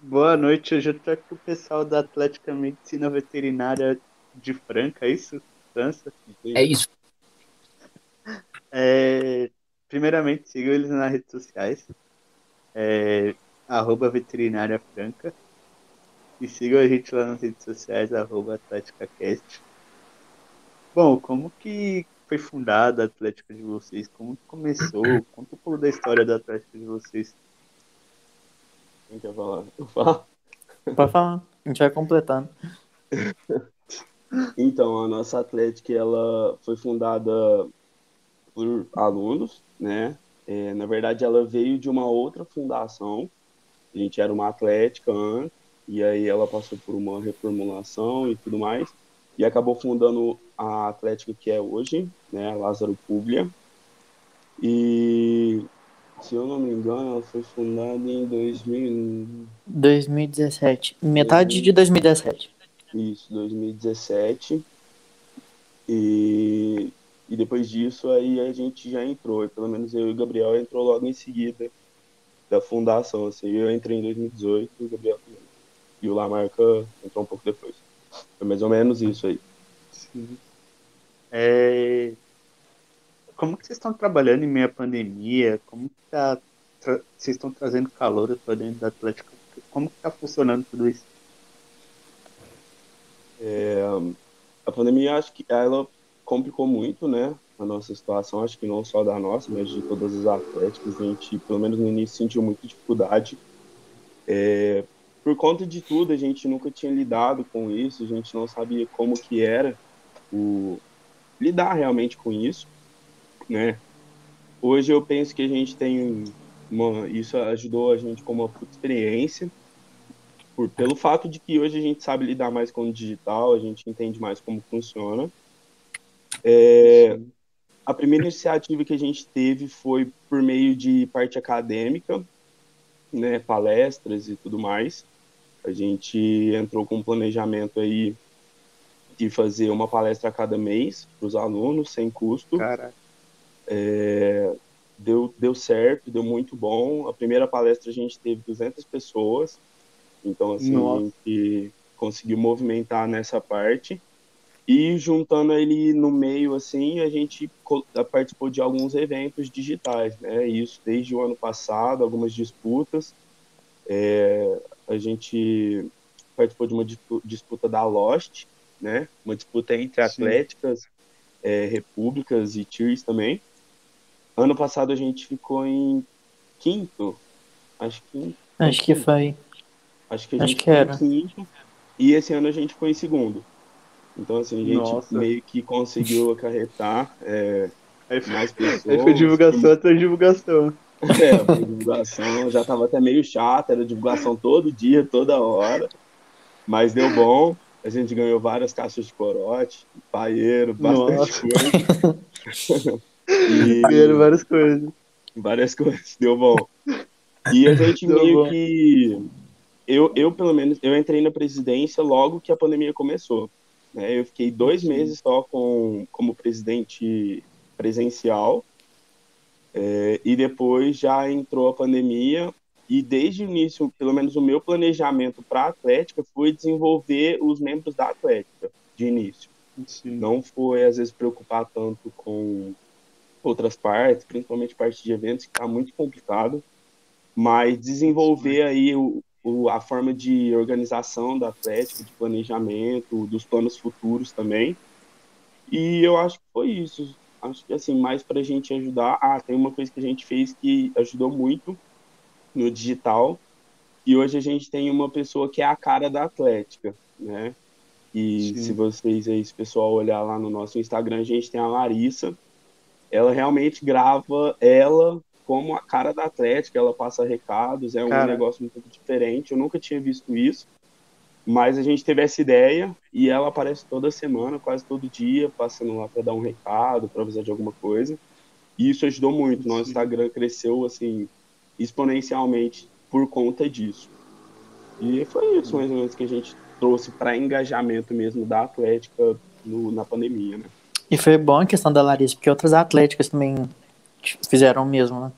boa noite. Hoje eu tô aqui com o pessoal da Atlética Medicina Veterinária de Franca, é isso? Dança? É isso. É, primeiramente, sigam eles nas redes sociais. É, arroba veterinária franca. E sigam a gente lá nas redes sociais, arroba AtléticaCast. Bom, como que foi fundada a Atlética de vocês? Como que começou? Conta um pouco da história da Atlética de vocês. Quem quer falar? Eu falo. Pode falar, a gente vai completando. Então, a nossa Atlética ela foi fundada por alunos, né? É, na verdade, ela veio de uma outra fundação. A gente era uma atlética antes, e aí ela passou por uma reformulação e tudo mais, e acabou fundando a Atlética que é hoje, né, Lázaro Puglia. E, se eu não me engano, ela foi fundada em 2000... 2017. Metade de 2017. Isso, 2017. E, e depois disso aí a gente já entrou, pelo menos eu e o Gabriel entrou logo em seguida da fundação, assim, eu entrei em 2018 e o Gabriel e o Lamarca entrou um pouco depois. Foi mais ou menos isso aí. Sim. É... Como que vocês estão trabalhando em meio à pandemia? Como que tá... Tra... vocês estão trazendo calor para dentro da Atlética? Como que está funcionando tudo isso? É... A pandemia, acho que ela complicou muito, né? A nossa situação, acho que não só da nossa, mas de todas as atléticas, a gente, pelo menos no início, sentiu muita dificuldade. É, por conta de tudo, a gente nunca tinha lidado com isso, a gente não sabia como que era o lidar realmente com isso, né? Hoje eu penso que a gente tem uma, isso ajudou a gente com uma puta experiência, por, pelo fato de que hoje a gente sabe lidar mais com o digital, a gente entende mais como funciona. É, a primeira iniciativa que a gente teve foi por meio de parte acadêmica, né, palestras e tudo mais. A gente entrou com um planejamento aí de fazer uma palestra a cada mês para os alunos, sem custo. É, deu, deu certo, deu muito bom. A primeira palestra a gente teve 200 pessoas, então assim, Nossa. a gente conseguiu movimentar nessa parte. E juntando ele no meio, assim, a gente participou de alguns eventos digitais, né? Isso desde o ano passado, algumas disputas. É, a gente participou de uma disputa da Lost, né? Uma disputa entre Sim. atléticas, é, repúblicas e tiers também. Ano passado a gente ficou em quinto, acho que... Acho que foi. Acho que a gente acho que era. quinto. E esse ano a gente foi em segundo. Então, assim, a gente Nossa. meio que conseguiu acarretar é, mais pessoas. Aí foi divulgação atrás divulgação. É, foi divulgação, já estava até meio chato, era divulgação todo dia, toda hora. Mas deu bom, a gente ganhou várias caixas de corote, paeiro, bastante Nossa. coisa. e... Paeiro, várias coisas. Várias coisas, deu bom. E a gente deu meio bom. que... Eu, eu, pelo menos, eu entrei na presidência logo que a pandemia começou. né? Eu fiquei dois meses só com, como presidente presencial é, e depois já entrou a pandemia e desde o início, pelo menos o meu planejamento para a Atlética foi desenvolver os membros da Atlética de início. Sim. Não foi às vezes preocupar tanto com outras partes, principalmente parte de eventos que está muito complicado, mas desenvolver Sim. aí o, a forma de organização da Atlética, de planejamento, dos planos futuros também. E eu acho que foi isso. Acho que assim, mais para a gente ajudar. Ah, tem uma coisa que a gente fez que ajudou muito no digital. E hoje a gente tem uma pessoa que é a cara da Atlética, né? E Sim. se vocês aí, se o pessoal olhar lá no nosso Instagram, a gente tem a Larissa. Ela realmente grava ela como a cara da Atlética, ela passa recados, é cara. um negócio muito diferente. Eu nunca tinha visto isso, mas a gente teve essa ideia e ela aparece toda semana, quase todo dia, passando lá para dar um recado, para avisar de alguma coisa. E isso ajudou muito. Nosso Instagram cresceu assim exponencialmente por conta disso. E foi isso mais ou menos que a gente trouxe para engajamento mesmo da Atlética no, na pandemia, né? E foi bom a questão da Larissa, porque outras atléticas também fizeram mesmo, né?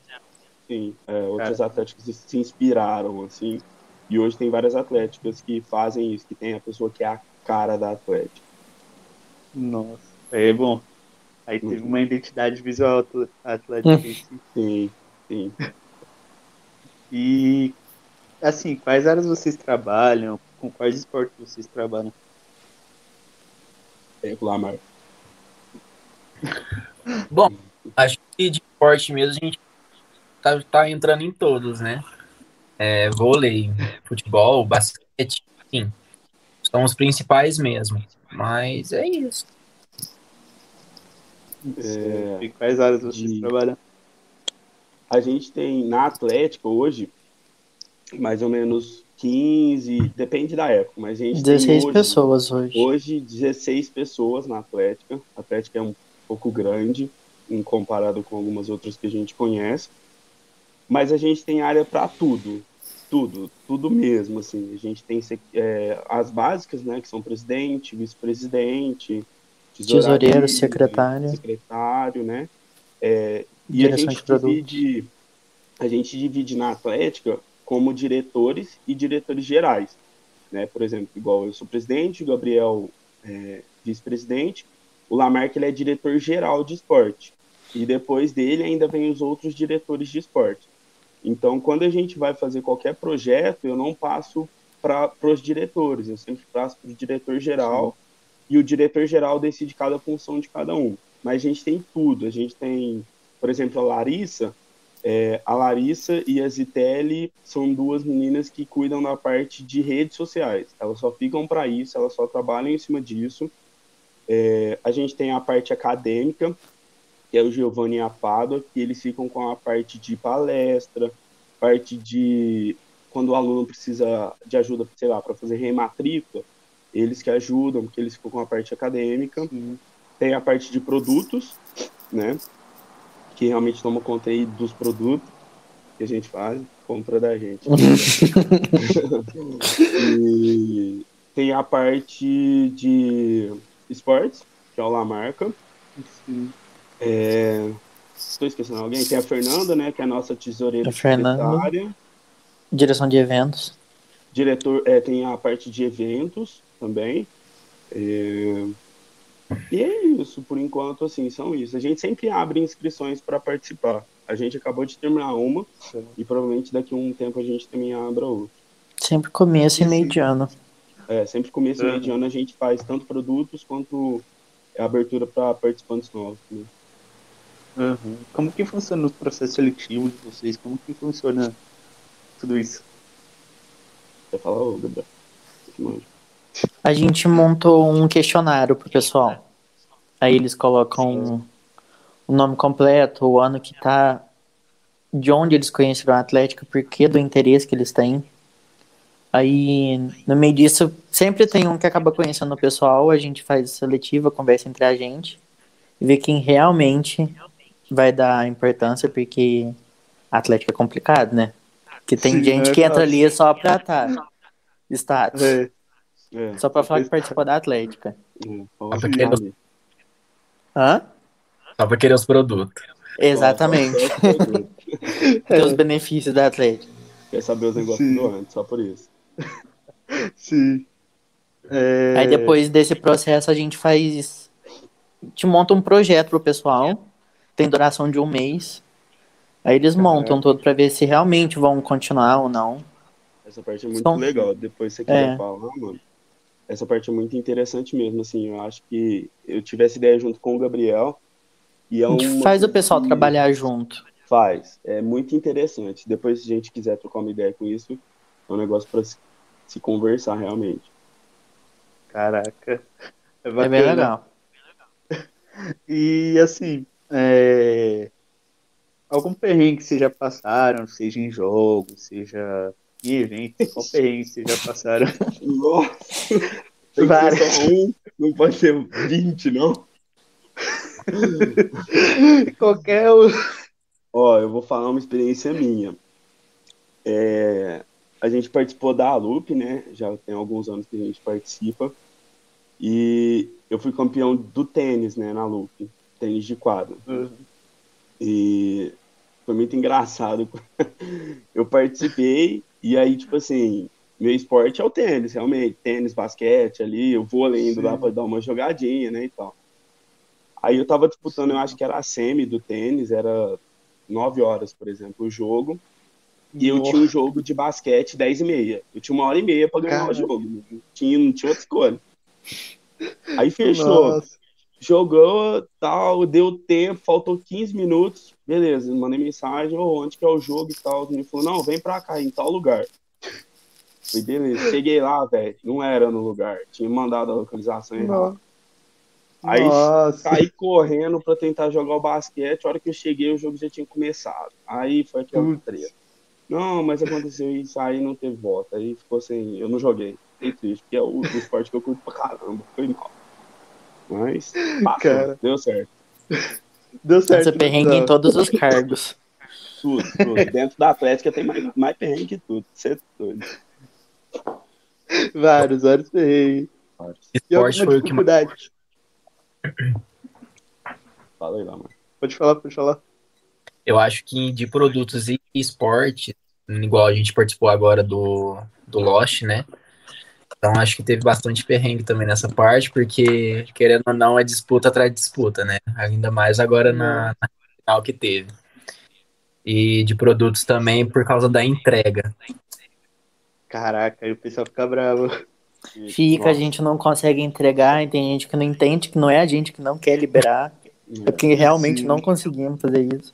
Sim, é, outros atléticos se inspiraram, assim, E hoje tem várias atléticas que fazem isso, que tem a pessoa que é a cara da atlética. Nossa, é bom. Aí teve uma identidade visual atl- atlética. assim. Sim, sim. E, assim, quais áreas vocês trabalham? Com quais esportes vocês trabalham? É, Lamar. Bom, acho que de esporte mesmo a gente tá, tá entrando em todos, né? É, vôlei, futebol, basquete, enfim. São os principais mesmo. Mas é isso. É. E quais áreas vocês De- trabalham? A gente tem na Atlética hoje mais ou menos 15, depende da época, mas a gente tem 16 hoje, pessoas hoje. Hoje 16 pessoas na Atlética. A Atlética é um pouco grande em comparado com algumas outras que a gente conhece. Mas a gente tem área para tudo, tudo, tudo mesmo assim. A gente tem sec- é, as básicas, né, que são presidente, vice-presidente, Tesoureiro, tesouraria, secretário. secretário, né? É, e a Direção gente de produto. divide, a gente divide na Atlética como diretores e diretores gerais, né? Por exemplo, igual eu sou presidente, o Gabriel é vice-presidente, o Lamarck ele é diretor geral de esporte e depois dele ainda vem os outros diretores de esporte. Então, quando a gente vai fazer qualquer projeto, eu não passo para os diretores, eu sempre passo para o diretor geral e o diretor geral decide cada função de cada um. Mas a gente tem tudo, a gente tem, por exemplo, a Larissa. é, a Larissa e a Zitelli são duas meninas que cuidam da parte de redes sociais. Elas só ficam para isso, elas só trabalham em cima disso. É, a gente tem a parte acadêmica, que é o Giovanni e a Pádua, que eles ficam com a parte de palestra, parte de quando o aluno precisa de ajuda, sei lá, para fazer rematrícula, eles que ajudam, porque eles ficam com a parte acadêmica tem a parte de produtos, né? Que realmente toma conta aí dos produtos que a gente faz, compra da gente. e tem a parte de esportes, que é o Lamarca. Sim. É... Estou esquecendo alguém. Tem a Fernanda, né? Que é a nossa tesoureira A Fernanda. secretária. Direção de eventos. Diretor, é, tem a parte de eventos também. É, E é isso, por enquanto, assim, são isso. A gente sempre abre inscrições para participar. A gente acabou de terminar uma e provavelmente daqui a um tempo a gente também abra outra. Sempre começo e meio de ano. É, sempre começo e meio de ano a gente faz tanto produtos quanto abertura para participantes novos. né? Aham. Uhum. Como que funciona o processo seletivo de vocês? Como que funciona tudo isso? Você fala, ô, Gabriel. você que manja. A gente montou um questionário pro pessoal. Aí eles colocam o nome completo, o ano que tá, de onde eles conheceram a Atlética, por que do interesse que eles têm. Aí, no meio disso, sempre tem um que acaba conhecendo o pessoal, a gente faz seletiva, conversa entre a gente, e vê quem realmente vai dar importância, porque a Atlética é complicado, né? Que tem Sim, gente é que entra verdade. ali só pra tá, status. É, É, Só pra falar que participou da Atlética. é, fala Tá que querendo- vale. Hã? Só pra querer os produtos. Exatamente. Só- só os produtos. Tem os benefícios da Atlética. Quer saber os negócios Sim. do antes, só por isso. sim. É, Aí depois desse processo a gente faz. Te monta um projeto pro pessoal. Tem duração de um mês. Aí eles montam todo pra ver se realmente vão continuar ou não. Essa parte é muito São- legal. Depois você quiser É. falar, mano. Essa parte é muito interessante mesmo, assim. Eu acho que eu tive essa ideia junto com o Gabriel. E é A gente Então, uma faz o coisa pessoal que trabalhar junto. Faz. É muito interessante. Depois, se a gente quiser trocar uma ideia com isso, é um negócio pra se, se conversar realmente. Caraca. É, É bem bacana. legal. E assim, é, algum perrengue que vocês já passaram, seja em jogo, seja em eventos, qual perrengue que vocês já passaram? Nossa! Tem que Várias. ser só um, não pode ser 20, não. Qualquer um. Ó, eu vou falar uma experiência minha. É, a gente participou da Alup, né? Já tem alguns anos que a gente participa. E eu fui campeão do tênis, né, na Alup, tênis de quadra. E foi muito engraçado. Eu participei e aí, tipo assim, Meu esporte é o tênis, realmente. Tênis, basquete ali, o vôlei ainda Sim. dá pra dar uma jogadinha, né? Então. Aí eu tava disputando, eu acho que era a semi do tênis, era 9 horas, por exemplo, o jogo. E eu tinha um jogo de basquete 10 e meia. Eu tinha uma hora e meia pra ganhar Cara. o jogo. Não tinha, não tinha outra escolha. Aí fechou Nossa, jogou, tal, deu tempo, faltou 15 minutos, beleza, mandei mensagem, ô, onde que é o jogo e tal, me falou, não, vem pra cá, em tal lugar. Falei, beleza, cheguei lá, velho, não era no lugar, tinha mandado a localização errada. nossa. Aí Nossa. Saí correndo pra tentar jogar o basquete, a hora que eu cheguei o jogo já tinha começado, aí foi aquela Putz. treta. Não, mas aconteceu isso, aí não teve volta, aí ficou sem, eu não joguei, fiquei triste, porque é o, o esporte que eu curto pra caramba, foi mal. Mas, passou, Cara. deu certo. Deu certo. então. Você no perrengue em final. todos os cargos. Tudo, tudo. Dentro da Atlética tem mais, mais perrengue que tudo. Você é doido. Vários, vários perrengues. E Esporte alguma foi o que mais. dificuldade? Fala aí lá, mano. Pode falar, pode falar. Eu acho que de produtos e esporte, igual a gente participou agora do, do Lost, né? Então acho que teve bastante perrengue também nessa parte, porque querendo ou não é disputa atrás de disputa, né? Ainda mais agora na, na final que teve. E de produtos também por causa da entrega. Caraca, aí o pessoal fica bravo. Fica, a gente não consegue entregar, e tem gente que não entende que não é a gente que não quer liberar, é porque realmente Sim. não conseguimos fazer isso.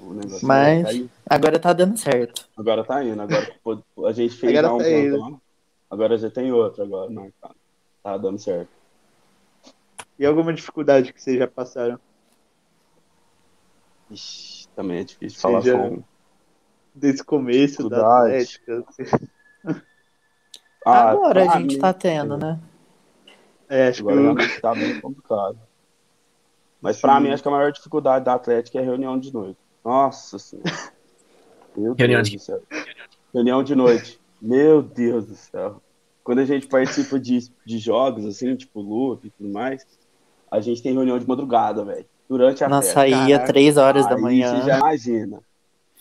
O negócio Mas- tá indo. Agora tá dando certo. Agora tá indo. Agora pô- a gente fez Agora lá um tá indo. plantão. Agora já tem outro agora. Não, tá, tá dando certo. E alguma dificuldade que vocês já passaram? Ixi, também é difícil Sim, falar já- com... Desse começo da Dificuldade. Atlética? assim. Ah, Agora pra a gente mim, tá tendo, né? É, acho que Agora eu... realmente tá bem complicado. Mas pra Sim. mim, é acho que a maior dificuldade da Atlética é a reunião de noite. Nossa senhora. Meu Reunião Deus de- do céu. Reunião de noite. Meu Deus do céu. Quando a gente participa de, de jogos, assim, tipo Loop e tudo mais, a gente tem reunião de madrugada, velho. Durante a Nós festa. saía caraca. é três horas da é. Aí manhã. Você já imagina.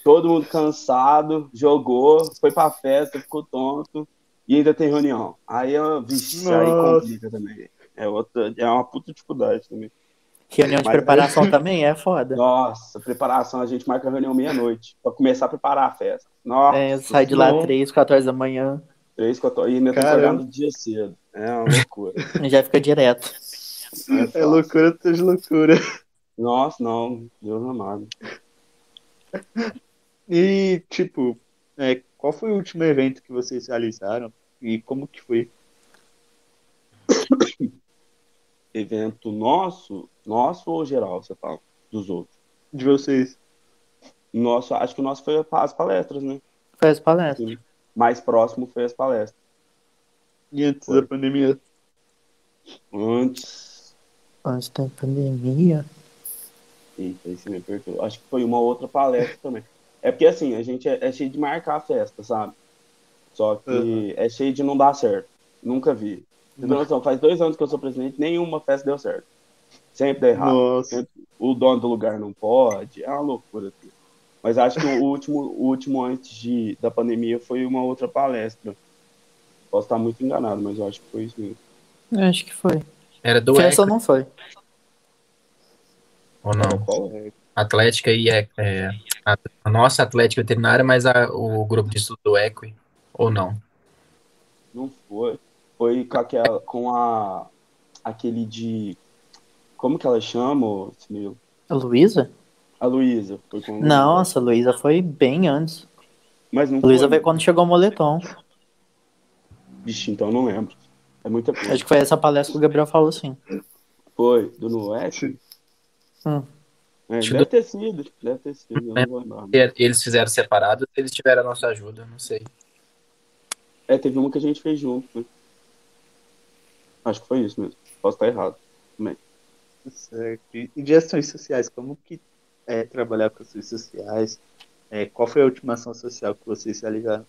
Todo mundo cansado, jogou, foi pra festa, ficou tonto e ainda tem reunião. Aí, ó, vixe, aí Nossa. complica também. É, outra, é uma puta dificuldade também. Reunião de Mas- preparação também é foda. Nossa, preparação, a gente marca reunião meia-noite pra começar a preparar a festa. Nossa, É, sai de lá não. três, quatro horas da manhã, três, quatro horas, e ainda tem é que Caramba. acordar no dia cedo. É uma loucura. e já fica direto. assim, É loucura atrás de loucura. Nossa, não, Deus amado. E, tipo, é, qual foi o último evento que vocês realizaram? E como que foi? Evento nosso, nosso ou geral, você fala, dos outros? De vocês? Nosso, acho que o nosso foi as palestras, né? Foi as palestras. Mais próximo foi as palestras. E antes Foi. da pandemia? Antes. Antes da pandemia. Eita, esse me apertou. Acho que foi uma outra palestra também. É porque assim, a gente é, é cheio de marcar a festa, sabe? Só que Uhum. é cheio de não dar certo. Nunca vi. Você tem Nossa. noção, faz dois anos que eu sou presidente, nenhuma festa deu certo. Sempre deu errado. Nossa. O dono do lugar não pode. É uma loucura. Assim. Mas acho que o último, o último antes de, da pandemia foi uma outra palestra. Posso estar muito enganado, mas eu acho que foi isso mesmo. Eu Acho que foi. Era do Festa Eco, não foi. ou não? Qual? Atlética e é, é, a, a nossa Atlética veterinária, mas a- o grupo de estudo do Eco, ou não? Não foi. Foi com aquela. Com a. Aquele de. Como que ela chama, ô, Simil? A Luísa? A Luísa. Foi com a Luísa. Nossa, a Luísa foi bem antes. Mas não A Luísa foi. veio quando chegou o moletom. Vixe, então eu não lembro. É muita coisa. Acho que foi essa palestra que o Gabriel falou sim. Foi, do Noeste? É. Hum. É, Acho deve ter sido. Deve ter sido, eu não vou lembrar. E Eles fizeram separado, eles tiveram a nossa ajuda, eu não sei. É, teve uma que a gente fez junto, né? Acho que foi isso mesmo. Posso estar errado. Certo. E de ações sociais, como que é trabalhar com ações sociais? É, qual foi a última ação social que vocês realizaram?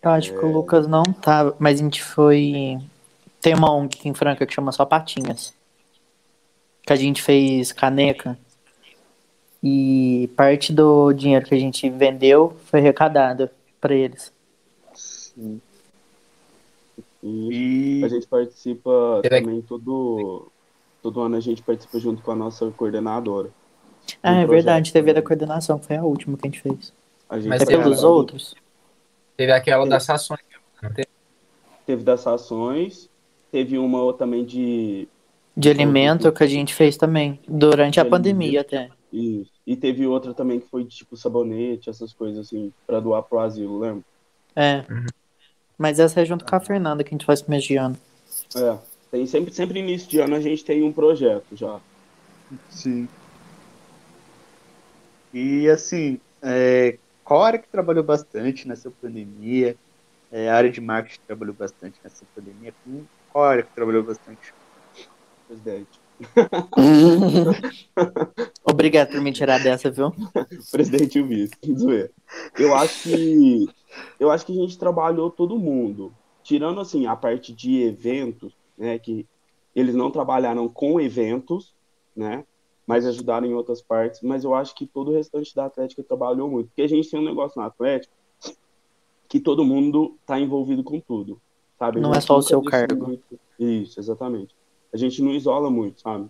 Eu acho que o Lucas não tava, mas a gente foi. Tem uma ONG aqui em Franca que chama só Patinhas. Que a gente fez caneca. E parte do dinheiro que a gente vendeu foi arrecadado pra eles. E E a gente participa Será que- também todo, todo ano a gente participa junto com a nossa coordenadora. Ah, é Um projeto. verdade, teve a da coordenação, que foi a última que a gente fez. A gente Mas É será- pelos outros? Teve aquela Sim. das ações. não teve? Teve das ações, teve uma outra também de. De alimento que a gente fez também, durante a De pandemia até. E, e teve outra também que foi tipo sabonete, essas coisas assim, pra doar pro asilo, lembra? É. Mas essa é junto com a Fernanda que a gente faz primeiro de ano. É. Tem sempre, sempre início de ano a gente tem um projeto já. Sim. E assim, é, qual área que trabalhou bastante nessa pandemia? É, a área de marketing trabalhou bastante nessa pandemia. Com- Qual área que trabalhou bastante? Presidente. Obrigado por me tirar dessa, viu? Presidente e o vice. Zoeira. Eu acho que. Eu acho que a gente trabalhou todo mundo. Tirando assim a parte de eventos, né? Que eles não trabalharam com eventos, né? Mas ajudaram em outras partes. Mas eu acho que todo o restante da Atlética trabalhou muito. Porque a gente tem um negócio na Atlética que todo mundo tá envolvido com tudo. Sabe? A Não é gente só o nunca seu deixa cargo. muito- Isso, exatamente. A gente não isola muito, sabe?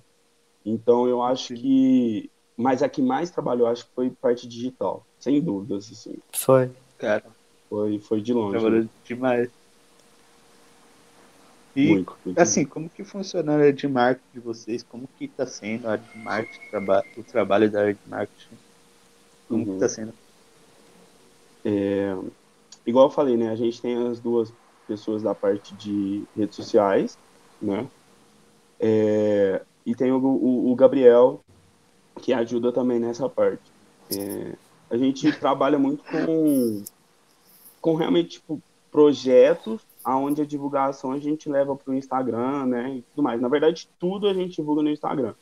Então eu acho que. Mas a que mais trabalhou, acho que foi parte digital. Sem dúvidas, assim. Foi. Cara, Foi, foi de longe. né? trabalhou demais. E Muito, muito. assim, como que funciona a área de marketing de vocês? Como que está sendo a área de marketing, traba- o trabalho da área de marketing? Como que tá Uhum. está sendo? igual eu falei, né? A gente tem as duas pessoas da parte de redes sociais, né? É, e tem o, o- o Gabriel, que ajuda também nessa parte. É, a gente trabalha muito com, com realmente, tipo, projetos aonde a divulgação a gente leva para o Instagram, né? E tudo mais. Na verdade, tudo a gente divulga no Instagram.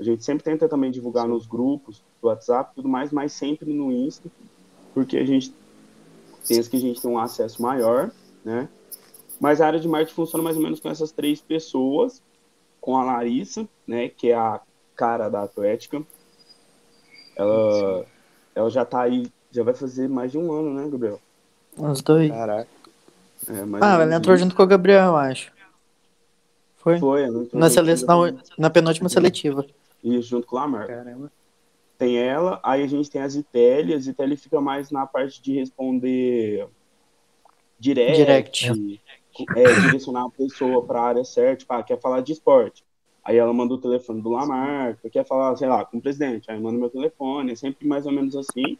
A gente sempre tenta também divulgar nos grupos, do WhatsApp, tudo mais, mas sempre no Insta, porque a gente pensa que a gente tem um acesso maior, né? Mas a área de marketing funciona mais ou menos com essas três pessoas, com a Larissa, né, que é a cara da Atlética. Ela, ela já tá aí, já vai fazer mais de um ano, né, Gabriel? Os dois. Caraca, É, mais ou Ah, ela menos entrou isso. junto com o Gabriel, eu acho. Foi? Foi, ela entrou Na, junto com o seleção, na, Gabriel. na penúltima seletiva. Isso, junto com o Lamarca. caramba. tem ela, aí a gente tem a Zitelli, a Zitelli fica mais na parte de responder direct, Direct. é, direcionar a pessoa para a área certa, tipo, ah, quer falar de esporte, aí ela manda o telefone do Lamarca, quer falar, sei lá, com o presidente, aí manda meu telefone, é sempre mais ou menos assim,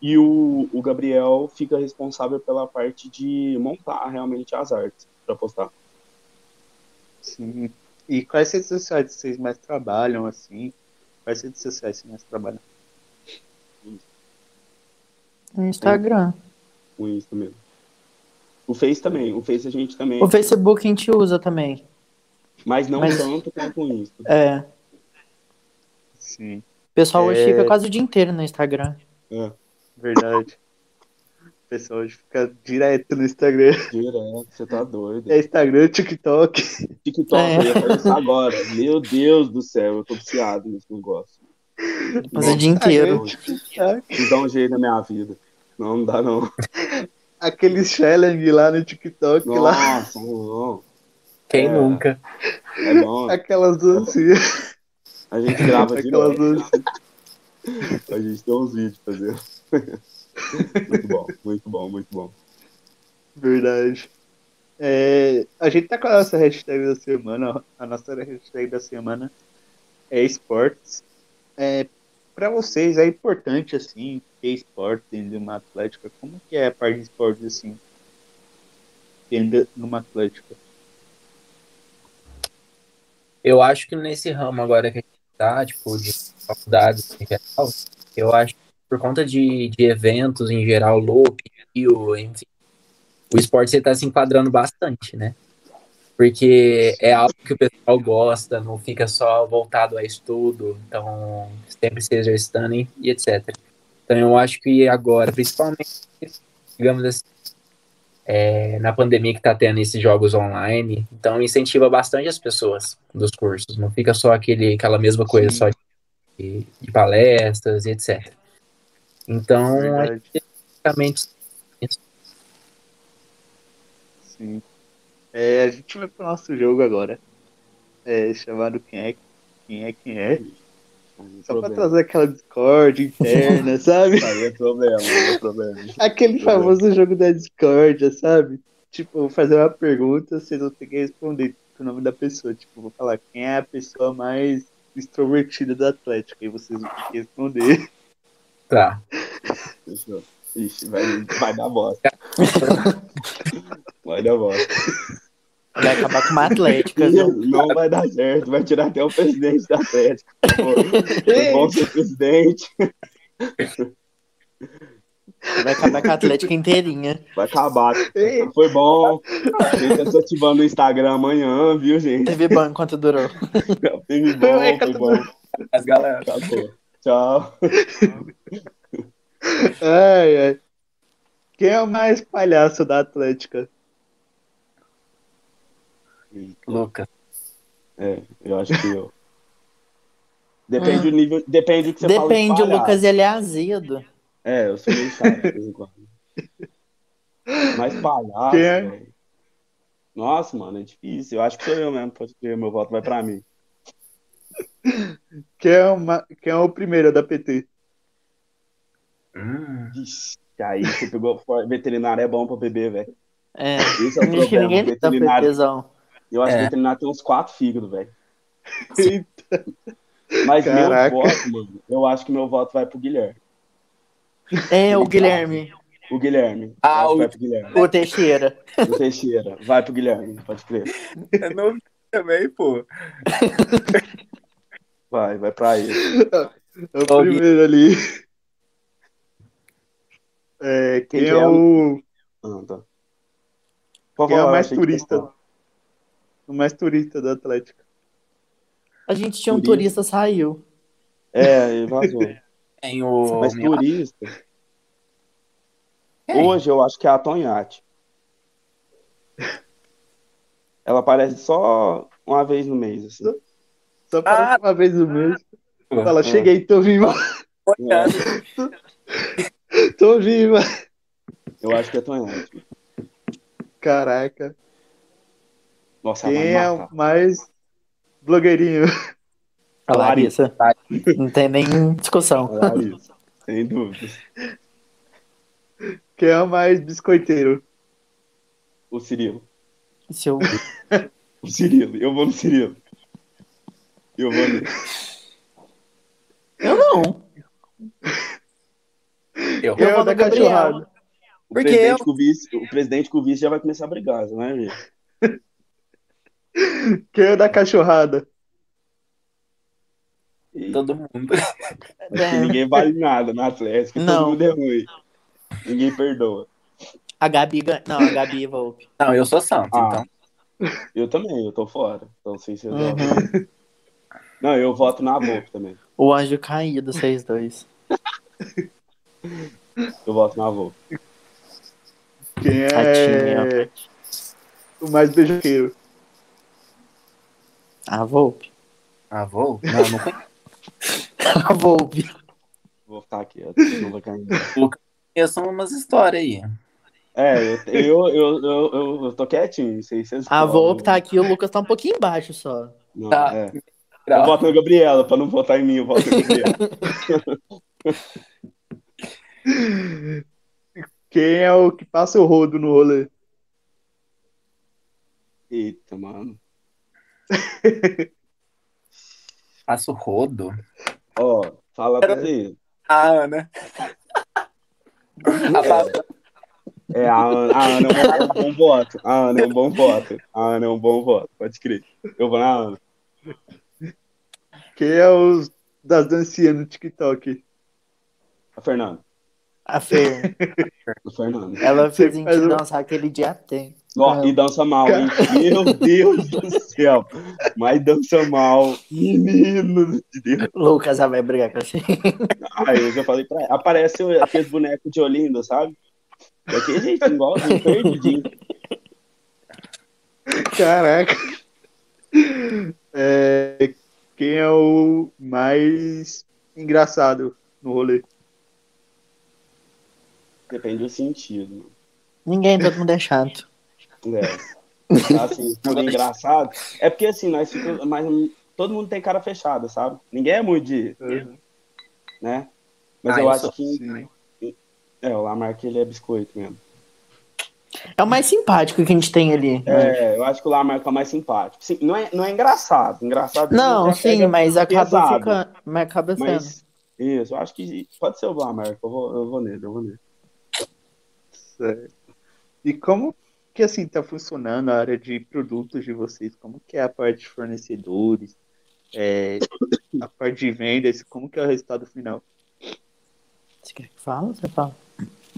e o, o Gabriel fica responsável pela parte de montar realmente as artes para postar. Sim. E quais redes sociais vocês mais trabalham, assim? Quais redes sociais vocês mais trabalham? No Instagram. Com isso mesmo. O Face também, o Face a gente também, O Facebook a gente usa também. mas não mas- tanto quanto o Insta. É. O Sim, pessoal hoje É. fica quase o dia inteiro no Instagram. É. verdade. O pessoal hoje fica direto no Instagram. Direto, você tá doido. É Instagram, TikTok. TikTok, É. eu ia falar isso agora. Meu Deus do céu, eu tô viciado nesse negócio. Mas o dia Instagram, inteiro. TikTok. Preciso dar um jeito na minha vida. Não, não dá não. Aquele challenge lá no TikTok, lá. Nossa, não. Quem É. nunca? É bom. Aquelas dancinhas. A gente grava de Aquelas novo. dancinhas. A gente tem uns vídeos fazendo. Muito bom, muito bom, muito bom. Verdade. É, a gente tá com a nossa hashtag da semana. A nossa hashtag da semana é esportes. É, para vocês é importante assim ter esporte dentro de uma atlética. Como que é a parte de esportes assim dentro de uma atlética? Eu acho que nesse ramo agora que a gente tá, tipo, de faculdades em geral, eu acho que por conta de, de eventos em geral, loop, Rio, enfim, o esporte você tá se enquadrando bastante, né? Porque é algo que o pessoal gosta, não fica só voltado a estudo, então sempre se exercitando e, e etc. Então eu acho que agora, principalmente, digamos assim, é, na pandemia que tá tendo esses jogos online, então incentiva bastante as pessoas dos cursos, não fica só aquele, aquela mesma coisa, Sim. só de, de palestras e etc. Então, é Verdade. basicamente Sim. É, a gente vai pro nosso jogo agora. É, chamado Quem é Quem é Quem é. Só pra trazer aquela Discord interna, sabe? Aí é problema, aí é problema. Aquele famoso jogo da Discord, sabe? Tipo, eu vou fazer uma pergunta, vocês vão ter que responder o nome da pessoa. Tipo, eu vou falar quem é a pessoa mais extrovertida da Atlética. E vocês vão ter que responder. Tá. Fechou. Ixi, vai, vai dar bosta. Vai dar bosta. Vai acabar com uma atlética, Não, viu? não vai dar certo, vai tirar até o presidente da Atlético. Pô, é bom ser presidente. Vai acabar com a Atlética inteirinha. Vai acabar. Ei, Foi bom. A gente tá se ativando o Instagram amanhã, viu, gente? Teve ban quanto durou. Teve bom, é Ai, foi bom. As galera. Acabou. Tchau. ai, ai. Quem é o mais palhaço da Atlética? Lucas. É, eu acho que eu. Depende do nível. Depende do que você fala. de Ah. Depende, o palhaço. Lucas ele é azedo. É, eu sou meio chato de vez em quando. Mas palhaço. Quem é? velho. Nossa, mano, é difícil. Eu acho que sou eu mesmo. Pode crer, meu voto vai pra mim. Quem é, o ma- quem é o primeiro da PT? Hum. Ixi, aí você pegou. fora. Veterinário é bom pra beber, velho. É. Esse é o Acho que problema. ninguém tá Veterinário. pretesão. Eu acho É. que veterinário tem uns quatro fígados, velho. Então, Eita, Mas Caraca. meu voto, mano, eu acho que meu voto vai pro Guilherme. É, o Guilherme. O Guilherme. Ah, eu acho que o- vai pro Guilherme. O Teixeira. O Teixeira. Vai pro Guilherme, pode crer. É novo também, pô. Vai, vai pra ele. é o primeiro ali. É, quem Quem é é o. Ah, tá. Pode Quem é falar, o eu mais achei que você ia turista? falar. O mais turista da Atlética. A gente tinha um Turista. turista, saiu. É, ele vazou. Tem o. Mas meu- turista. Quem? Hoje eu acho que é a Tonhate. Ela aparece só uma vez no mês, assim. Só para Ah. uma vez o mês. Ah. Fala, cheguei, tô viva, tô viva. Eu acho que é a Tonhate. Caraca. Nossa, ela Quem vai é matar. o mais blogueirinho? A Larissa. Não tem nem discussão. Larissa, Sem dúvida. Quem é o mais biscoiteiro? O Cirilo. Se eu- O Cirilo. Eu vou no Cirilo. Eu vou nele. Eu não. Eu. Quem é vou o da no Gabriel. cachorrada? O Porque presidente, eu- com o, vice, o presidente com o vice já vai começar a brigar, né, gente? Quem é o da cachorrada? E Todo mundo. acho que ninguém vale nada na Atlético. Não. Todo mundo é ruim. Ninguém perdoa. A Gabi ganha. Não, a Gabi Volpe. Não, eu sou santo, Ah. então. Eu também, eu tô fora. Então, sem ser Uhum. Não, eu voto na boca também. O anjo caído, vocês dois. Eu voto na boca. Quem é Tatinha. o mais beijoqueiro? A Volpe. Ah, vou? Não, não conheço. A Volpe. Vou ficar aqui, ó. Não vai cair. ninguém. Eu sou umas histórias aí. É, eu, eu, eu, eu, eu- eu tô quietinho. Sei, vocês A falam. Volpe tá aqui, o Lucas tá um pouquinho embaixo só. Não, Tá. é. Eu voto na Gabriela, pra não votar em mim, eu voto na Gabriela. Quem é o que passa o rodo no rolê? Eita, mano. Faço rodo. Ó, fala pra ele. A Ana. A Bárbara. É, a Ana, a Ana é um bom voto. A Ana é um bom voto. A Ana é um bom voto, pode crer. Eu vou na Ana. Quem é os das dancinhas no TikTok? A Fernanda. A Fer. A Fernanda. Ela Você fez a faz gente um- dançar aquele dia tem. Nossa, e dança mal, hein? Meu Deus do céu. Mas dança mal. Menino de Deus. Lucas já vai brigar com você. Aí Ah, eu já falei pra ela. Aparece o- aqueles bonecos de Olinda, sabe? Daquele jeito, igualzinho, perdidinho. Caraca. É, quem é o mais engraçado no rolê? Depende do sentido. Ninguém, todo mundo é chato. É. Assim, tudo engraçado. É porque assim, nós ficamos, mas todo mundo tem cara fechada, sabe? Ninguém é muito de. Uhum. Né? Mas Ah, eu, eu acho sou que. É, o Lamarck ele é biscoito mesmo. É o mais simpático que a gente tem ali. É, eu acho que o Lamarck é o mais simpático. Sim, não, é, não é engraçado. Engraçado Não, ele sim, mas acaba pesado. ficando. Mas acaba sendo. Mas, isso, eu acho que pode ser o Lamarck. Eu vou, eu vou nele, eu vou nele. Certo. E como que assim tá funcionando a área de produtos de vocês? Como que é a parte de fornecedores? É, a parte de vendas? Como que é o resultado final? Você quer que fala? Você fala.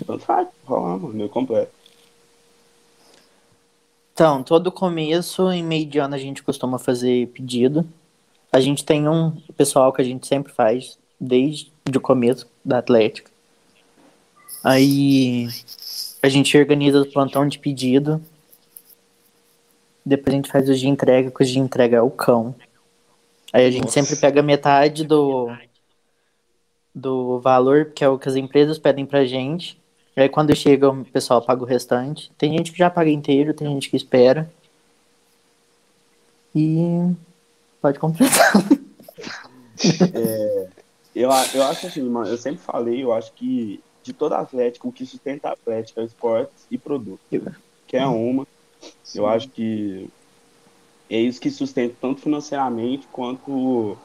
Então, vai, rola, mano, meu completo. Então, todo começo e meio de ano a gente costuma fazer pedido. A gente tem um pessoal que a gente sempre faz desde o começo da Atlética. Aí a gente organiza o plantão de pedido. Depois a gente faz o de entrega, que o de entrega é o cão. Aí a gente Nossa. sempre pega metade do, do valor, que é o que as empresas pedem pra gente. E aí quando chega, o pessoal paga o restante. Tem gente que já paga inteiro, tem gente que espera. E pode completar. Eu, a- eu acho assim, mano, eu sempre falei, eu acho que de toda Atlético, o que sustenta a Atlético é esportes e produto. Que é uma. Eu acho que é isso que sustenta tanto financeiramente quanto,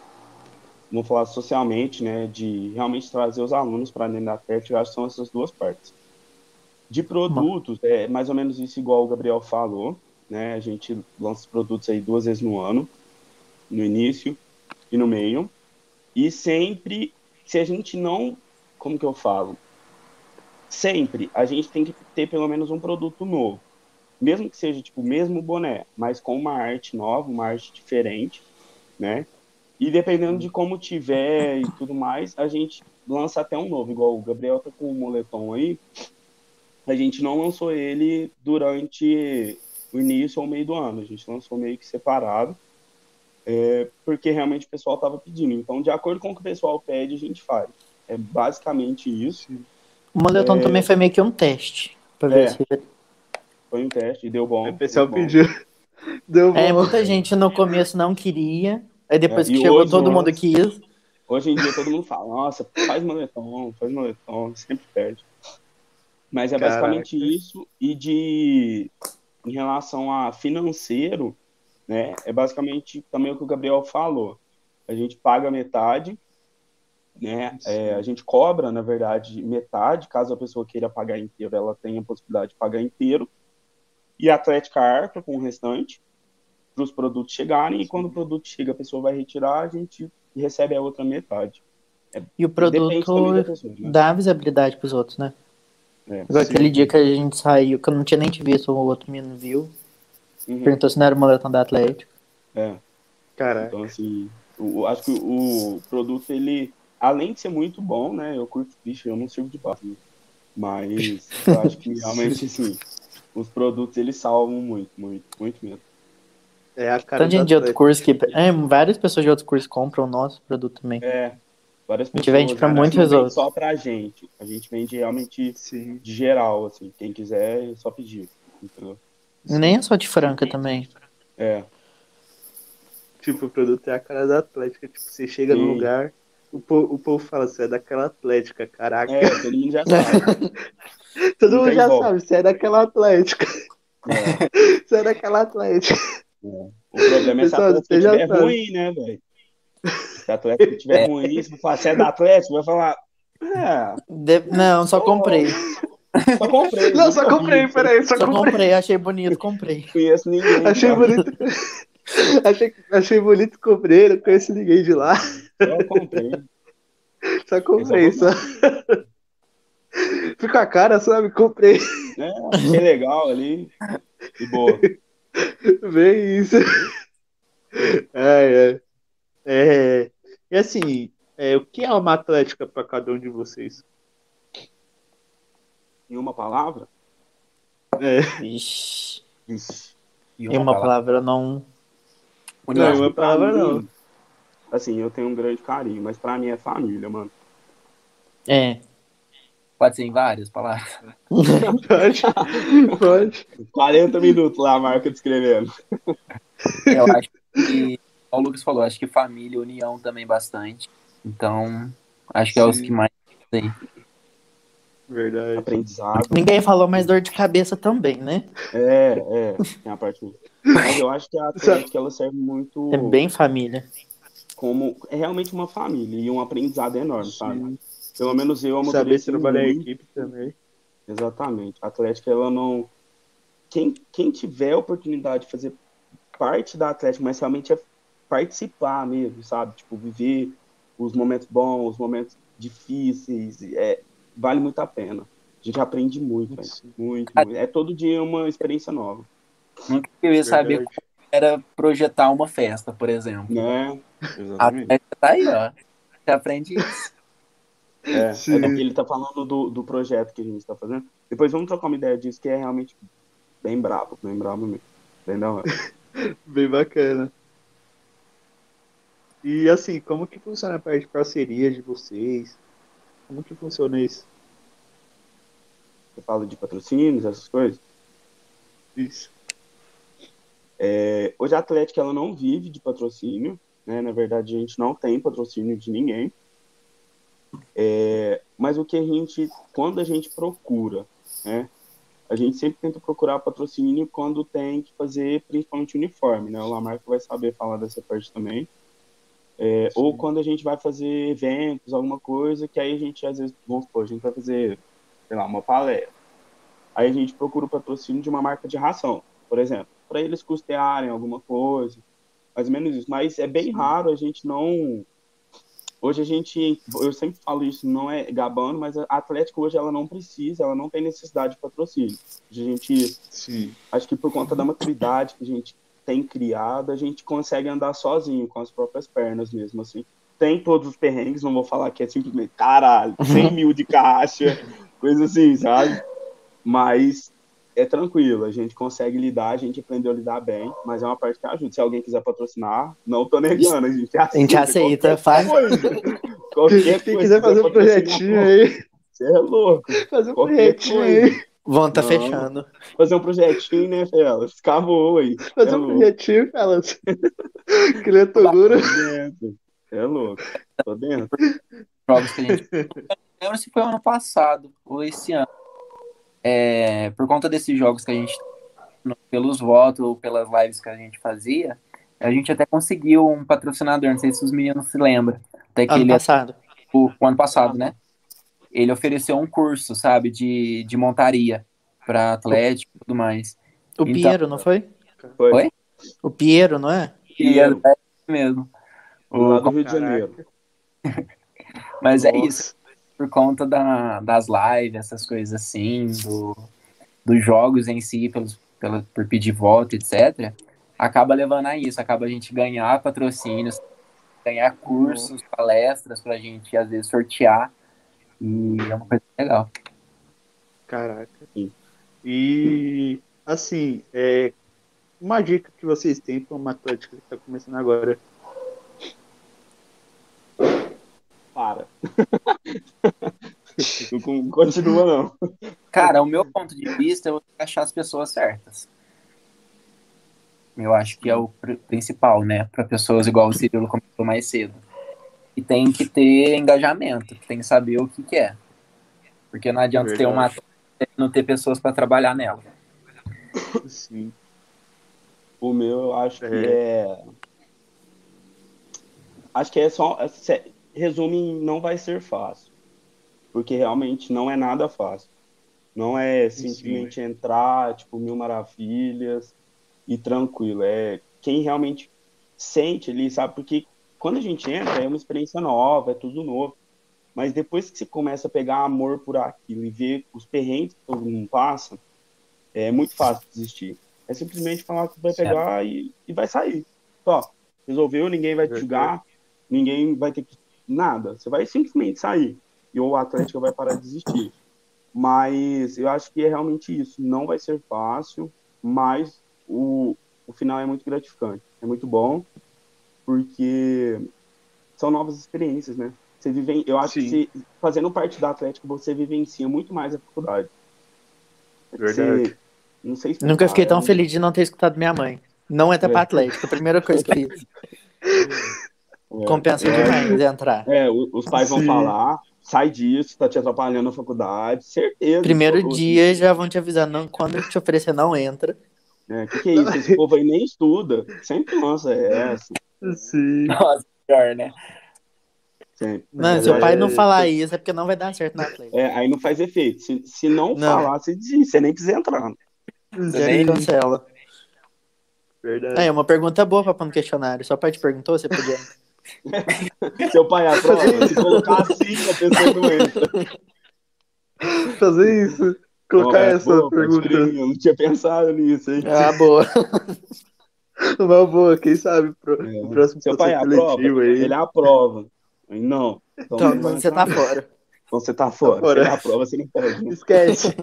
vamos falar socialmente, né? De realmente trazer os alunos para dentro da Atlético, eu acho que são essas duas partes. De produtos, é mais ou menos isso igual o Gabriel falou, né? A gente lança os produtos aí duas vezes no ano, no início e no meio. E sempre, se a gente não. Como que eu falo? Sempre a gente tem que ter pelo menos um produto novo. Mesmo que seja tipo o mesmo boné, mas com uma arte nova, uma arte diferente, né? E dependendo de como tiver e tudo mais, a gente lança até um novo, igual o Gabriel tá com o moletom aí. A gente não lançou ele durante o início ou meio do ano, a gente lançou meio que separado é, porque realmente o pessoal estava pedindo. Então, de acordo com o que o pessoal pede, a gente faz. É basicamente isso. O moletom também foi meio que um teste. Pra ver É. se... Foi um teste e deu bom. É, O pessoal deu bom. pediu. Deu É, bom. muita gente no começo não queria. Aí depois É, que e chegou, hoje todo não. mundo quis. Hoje em dia todo mundo fala, nossa, faz moletom, faz moletom, sempre perde. Mas é Caraca. basicamente isso. E de em relação a financeiro, né? É basicamente também o que o Gabriel falou. A gente paga metade, né? é, a gente cobra, na verdade, metade, caso a pessoa queira pagar inteiro, ela tem a possibilidade de pagar inteiro. E a Atlética arca com o restante para os produtos chegarem. E quando o produto chega, a pessoa vai retirar, a gente recebe a outra metade. E o Depende também da produto pessoa, né? dá visibilidade pros outros, né? É. Igual aquele dia que a gente saiu, que eu não tinha nem te visto, o outro menino viu. Uhum. Perguntou se não era o moletom da Atlético. É. Caraca. Então, assim, eu acho que o produto, ele, além de ser muito bom, né? Eu curto bicho, eu não sirvo de papo. né? Mas eu acho que realmente, assim, os produtos, eles salvam muito, muito, muito mesmo. É a cara Tanto gente do de outro atleta. curso que. É, várias pessoas de outro curso compram o nosso produto também. É, várias A pessoas. gente vende pra né? muitos A gente não vende outros. Só pra gente. A gente vende realmente Sim. de geral, assim. Quem quiser, é só pedir, entendeu? E Nem é só de Franca também. É, Tipo, o produto é a cara da Atlética. Tipo, você chega Sim. no lugar, o povo, o povo fala, você é daquela Atlética, caraca. é todo mundo já sabe. Todo não mundo tem já volta. sabe, você é daquela Atlética. É. Você é daquela Atlética. O problema é se a Pessoal, Atlético você já estiver sabe. ruim, né, velho? Se a Atlético estiver ruim, se você é da Atlético, vai falar. Ah, De- Não, só Oh, comprei. só comprei. Não, só nunca comprei, vi, peraí, só Só comprei. comprei, achei bonito, comprei. Não conheço ninguém. Achei cara. bonito. achei, achei bonito comprei, não conheço ninguém de lá. Só comprei. Só comprei, só. Fico a cara, sabe? Comprei. Né? Achei legal ali. E boa. Bem isso. Ai, ai. É, e assim, é, o que é uma atlética para cada um de vocês? Em uma palavra? É. Ixi. Isso. E E uma palavra não. Não, é uma palavra não. Assim, eu tenho um grande carinho, mas pra mim é família, mano. É. Pode ser em várias palavras. Pode, pode. 40 minutos lá, a marca descrevendo. Eu acho que, como o Lucas falou, acho que família, união também bastante. Então, acho que é os Sim. que mais tem. Verdade. Aprendizado. Ninguém falou mais dor de cabeça também, né? É, é. Tem a parte. Mas eu acho que a Atlética ela serve muito É bem família. como. É realmente uma família e um aprendizado enorme, sabe? Pelo menos eu Saber amadureci trabalhar em muito. equipe também. Exatamente. A Atlética, ela não. Quem, quem tiver a oportunidade de fazer parte da Atlética, mas realmente é participar mesmo, sabe? Tipo, viver os momentos bons, os momentos difíceis, é, vale muito a pena. A gente aprende muito, velho. Muito, muito. É todo dia uma experiência nova, Nunca eu ia saber Verdade. como era projetar uma festa, por exemplo. né? A festa tá aí, ó. Você aprende isso. É, Sim. é porque ele tá falando do, do projeto que a gente tá fazendo. Depois vamos trocar uma ideia disso, que é realmente bem bravo, bem bravo mesmo. Bem da hora. Bem bacana. E assim, como que funciona a parte de parceria de vocês? Como que funciona isso? Você fala de patrocínios, essas coisas. Isso. É, hoje a Atlética ela não vive de patrocínio, né? Na verdade, a gente não tem patrocínio de ninguém. É, mas o que a gente, quando a gente procura, né? A gente sempre tenta procurar patrocínio quando tem que fazer principalmente uniforme, né? O Lamarck vai saber falar dessa parte também. É, ou quando a gente vai fazer eventos, alguma coisa, que aí a gente às vezes, vamos supor, a gente vai fazer, sei lá, uma palestra. Aí a gente procura o patrocínio de uma marca de ração, por exemplo para eles custearem alguma coisa, mais ou menos isso. Mas é bem raro a gente não. Hoje a gente, eu sempre falo isso, não é gabando, mas a Atlético hoje ela não precisa, ela não tem necessidade de patrocínio. Hoje A gente, Sim. acho que por conta da maturidade que a gente tem criado, a gente consegue andar sozinho com as próprias pernas mesmo, assim. Tem todos os perrengues, não vou falar que é simplesmente, caralho, 100 mil de caixa, coisa assim, sabe? Mas é tranquilo, a gente consegue lidar, a gente aprendeu a lidar bem, mas é uma parte que ajuda. Se alguém quiser patrocinar, não tô negando, a gente aceita. A gente aceita, qualquer faz. coisa. Qualquer Quem coisa, quiser fazer um patrocinar, projetinho pô, aí, Você é louco. fazer um Qualquer projetinho aí, Vão tá Não. fechando. Fazer um projetinho, né, Felas? Acabou aí. fazer é um louco. projetinho, assim. elas. Criatoguro. dentro. É louco. Tô dentro. Provas que a gente. Eu não sei se foi ano passado ou esse ano. É, por conta desses jogos que a gente. Pelos votos ou pelas lives que a gente fazia, a gente até conseguiu um patrocinador. Não sei se os meninos se lembram. Até que Ano ele é- passado. o, o ano passado, né? Ele ofereceu um curso, sabe, de, de montaria para Atlético e tudo mais. O Então- Piero, não foi? Foi. Oi? O Piero, não é? E é é mesmo. Do lado do O- Rio de Janeiro. mas é isso, por conta da, das lives, essas coisas assim, do, dos jogos em si, pelos, pela, por pedir voto, etc. Acaba levando a isso, acaba a gente ganhar patrocínios, ganhar cursos, palestras pra gente, às vezes, sortear. E é uma coisa legal. Caraca. Sim. E assim, é, uma dica que vocês têm para uma atlética que está começando agora. Para. Não con- continua, não. Cara, o meu ponto de vista é você achar as pessoas certas. Eu acho que é o pr- principal, né? Para pessoas igual o Cirilo comentou mais cedo. E tem que ter engajamento, tem que saber o que, que é. Porque não adianta ter uma Verdade. e não ter pessoas para trabalhar nela. Sim. O meu, eu acho que é. Acho que é só. é sé- Resume em não vai ser fácil. Porque realmente não é nada fácil. Não é simplesmente entrar, tipo, mil maravilhas e tranquilo. É quem realmente sente ali, sabe? Porque quando a gente entra, é uma experiência nova, é tudo novo. Mas depois que você começa a pegar amor por aquilo e ver os perrengues que todo mundo passa, é muito fácil desistir. É simplesmente falar que vai Certo. pegar e, e vai sair. Só, resolveu, ninguém vai te Verdade. julgar, ninguém vai ter que. Nada. Você vai simplesmente sair. E ou o Atlético vai parar de desistir. Mas eu acho que é realmente isso. Não vai ser fácil, mas o, o final é muito gratificante. É muito bom, porque são novas experiências, né? Você vive, eu acho Sim. que você- fazendo parte da Atlético, você vivencia muito mais a faculdade. É Verdade. Você- não sei explicar, Nunca fiquei tão é- feliz de não ter escutado minha mãe. Não entra pra Atlético, a primeira coisa que eu fiz. é. Compensa É. demais entrar. É, o- os pais vão Sim. falar, sai disso, tá te atrapalhando na faculdade, certeza. assim, Primeiro absoluta. dia já vão te avisar, não, quando eu te oferecer, não entra. É, que que é isso? Esse povo aí nem estuda. Sempre lança essa. Sim. Nossa, pior, né? Sempre. Não, Mas se o é- pai não falar isso, é porque não vai dar certo na Atlético. É, aí não faz efeito. Se, se não, Não. falar, você diz, você nem quis entrar. Já É, me cancela. Verdade. É, uma pergunta boa pra pôr no questionário. Seu pai te perguntou, você podia. Seu pai aprova, se colocar assim, a pessoa não entra. Fazer isso. Colocar É, Ó, é essa boa, pode pergunta. crer, Eu não tinha pensado nisso, hein? Ah, boa. Uma boa, quem sabe pro, É. o próximo Seu pai processo aprova, seletivo aí. ele aprova. Aí, Não. Então, Então, não vai você tá entrar. fora. Então você tá Tá fora. fora. Se ele aprova, você não pode. né? Esquece.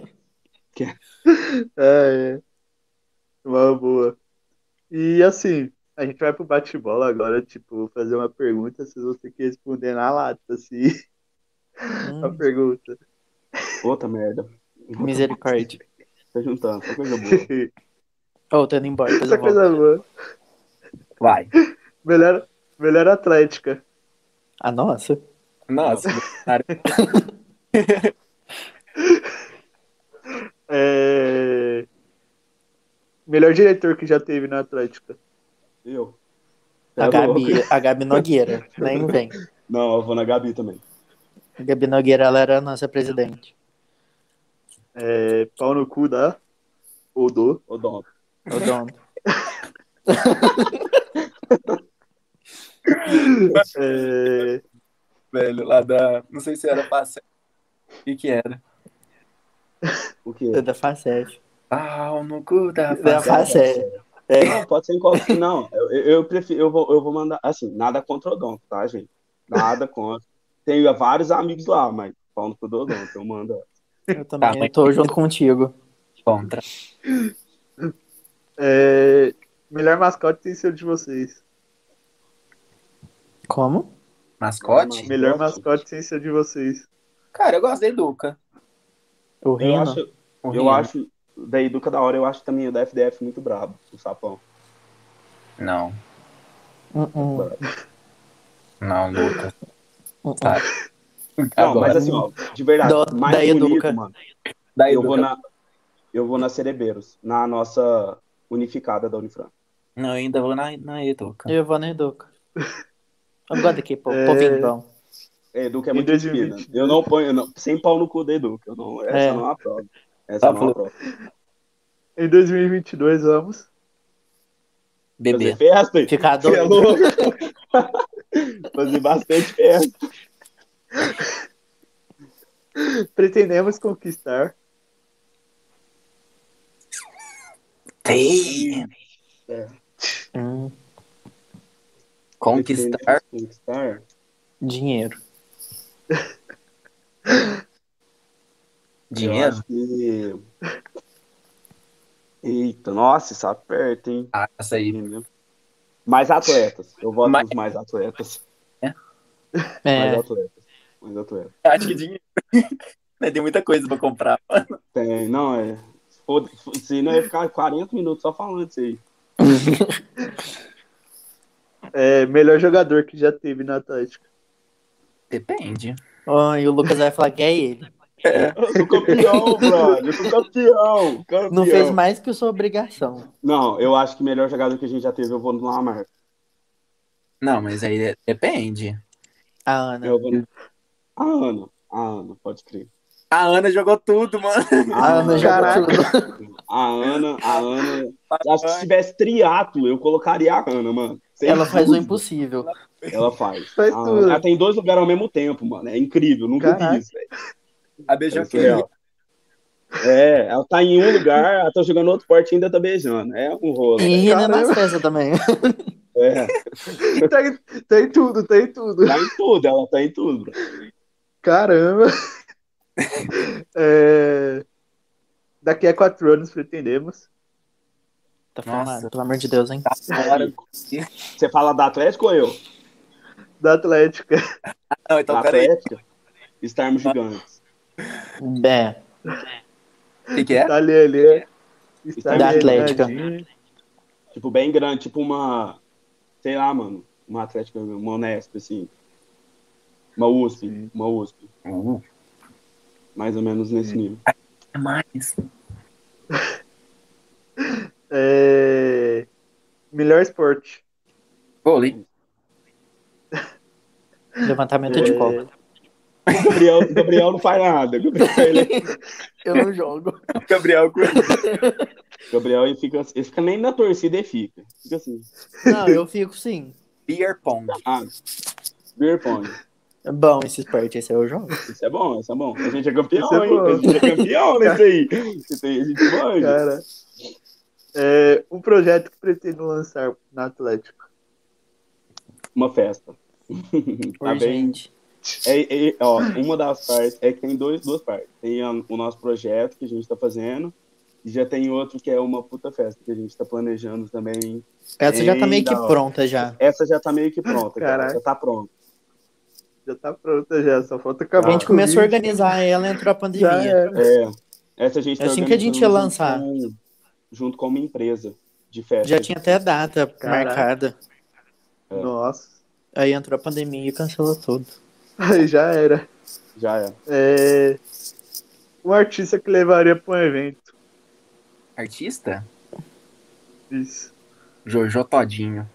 Que- é, é. Uma boa. E assim, a gente vai pro bate-bola agora, tipo, fazer uma pergunta, vocês vão ter que responder na lata, assim, a Hum, pergunta. Outra merda. misericórdia. Tá juntando, só coisa boa. Ô, tô indo embora, depois Essa eu volto. coisa boa. Vai. Melhor, melhor atlética. Ah, nossa. Nossa, É... Melhor diretor que já teve na Atlética. Eu. A Tá louco. Gabi, a Gabi Nogueira. Nem vem. Não, eu vou na Gabi também. A Gabi Nogueira, ela era a nossa presidente. É... Pau no cu da. Ou do. Ô, Dom. O dono. É... velho, lá da. Não sei se era passado. O que, que era? O quê? Da Facef. Pau no cu da Da face. Facef. Não, pode ser em qualquer. Não, eu, eu prefiro. Eu vou, eu vou mandar. Assim, nada contra o Odonto, tá, gente? Nada contra. Tenho vários amigos lá, mas falando pro Odonto, eu mando. Eu Tá, também mas- tô junto contigo. Contra. É... Melhor mascote tem sido de vocês. Como? Mascote? Melhor mascote tem sido de vocês. Cara, eu gostei do Duca. O Eu Rino? acho, O eu Rino. acho. Da Educa da hora, eu acho também o da FDF muito brabo, o sapão. Não, Hum, hum, não, Lucas. hum, hum. Tá. Não, Agora. mas assim, ó, de verdade, Da- mais da bonito, Educa. mano. assim, Daí, Eu vou Duca. na. Eu vou na Cerebeiros, na nossa unificada da Unifran. Não, eu ainda vou na, na Educa. Eu vou na Educa. Eu gosto daqui, pô. É. Povinho bom. É, Educa é Em muito 2020. fina. Eu não ponho, eu não, sem pau no cu da Educa. Eu não, essa É. não é a prova. Essa Tá não é a bom. prova. Em 2022, vamos. Bebê. Fazer festa, hein? Ficar Você é doido. louco? Fazer bastante festa. Pretendemos conquistar. Tem. Hum, Conquistar. Conquistar. dinheiro. Eu Dinheiro? acho que... Eita, nossa, isso aperta, hein? Ah, essa aí. Mais atletas. Eu voto Mais- nos mais atletas. Mais É, atletas. Mais atletas. Acho que dinheiro. Né, Tem muita coisa pra comprar. Tem, não, é. Se for- Se não ia ficar 40 minutos só falando isso aí. É, melhor jogador que já teve na Atlética. Depende. é. Ó, e o Lucas vai falar que é ele. Eu sou campeão, brother. Eu sou campeão. campeão. Não fez mais que sua obrigação. Não, eu acho que o melhor jogador que a gente já teve, eu vou no Lamar. Não, mas aí é- depende. A Ana. Eu vou... A Ana. A Ana, pode crer. A Ana jogou tudo, mano. A Ana já Caraca. tudo. A Ana, a Ana. Acho que se tivesse triatlo, eu colocaria a Ana, mano. Sem Ela faz o dúvida. impossível. Ela faz. Faz A Ana. tudo. Ela tem dois lugares ao mesmo tempo, mano. É incrível, nunca Caraca. vi isso, velho. A É beijou surreal. É, ela tá em um lugar, ela tá jogando outro porte e ainda tá beijando. É um rolo. E Rina nas Caramba. festas também. É, Tá, em- tá em tudo, tá em tudo. tá em tudo, ela tá em tudo. bro. Caramba. É, Daqui a quatro anos pretendemos. Tá Nossa. formado, pelo amor de Deus, hein? Tá fora. Você fala da Atlético ou eu? da Atlética. Não, então Na peraí. Atlética, estarmos gigantes. É, O que, que é? Tá ali, ali. é. Está da ali, Atlética. Nadinho. Tipo, bem grande, tipo uma. Sei lá, mano. Uma Atlética, uma Unesp, assim. Uma USP, Sim. uma USP. Uh, Mais ou menos nesse nível. É mais. É, Melhor esporte. Vôlei. levantamento de É, copo. Gabriel, Gabriel não faz nada. Gabriel, ele- Eu não jogo. Gabriel Coelho. Gabriel ele fica, ele fica nem na torcida e fica. Fica assim. Não, eu fico sim. Beer Pong. Ah, beer pong. É Bom, esse esporte, esse eu jogo. Isso é bom, isso é bom. A gente é campeão, Isso é hein? bom. A gente é campeão nesse aí. Isso aí a gente manja. Cara. É, um projeto que pretendo lançar na Atlético. É. Uma festa. tá bem Urgente. É, é- ó, uma das partes é que tem dois, duas partes. Tem a- o nosso projeto que a gente está fazendo, e já tem outro que é uma puta festa que a gente está planejando também. Essa já tá meio que Eita, ó. pronta já. Essa já tá meio que pronta, cara. Caraca. Já tá pronta. Já tá pronta já, só falta A acabar. Ah. o gente começou a Covid. organizar ela, entrou a Já pandemia. era. É. Essa a gente tá Assim que a gente organizando lançar. junto com- junto com uma empresa de festa. Já tinha até a data Caraca. marcada. É. Nossa. Aí entrou a pandemia e cancelou tudo. Aí já era. Já é. É, Um artista que levaria pra um evento. Artista? Isso. Jojo Todinho.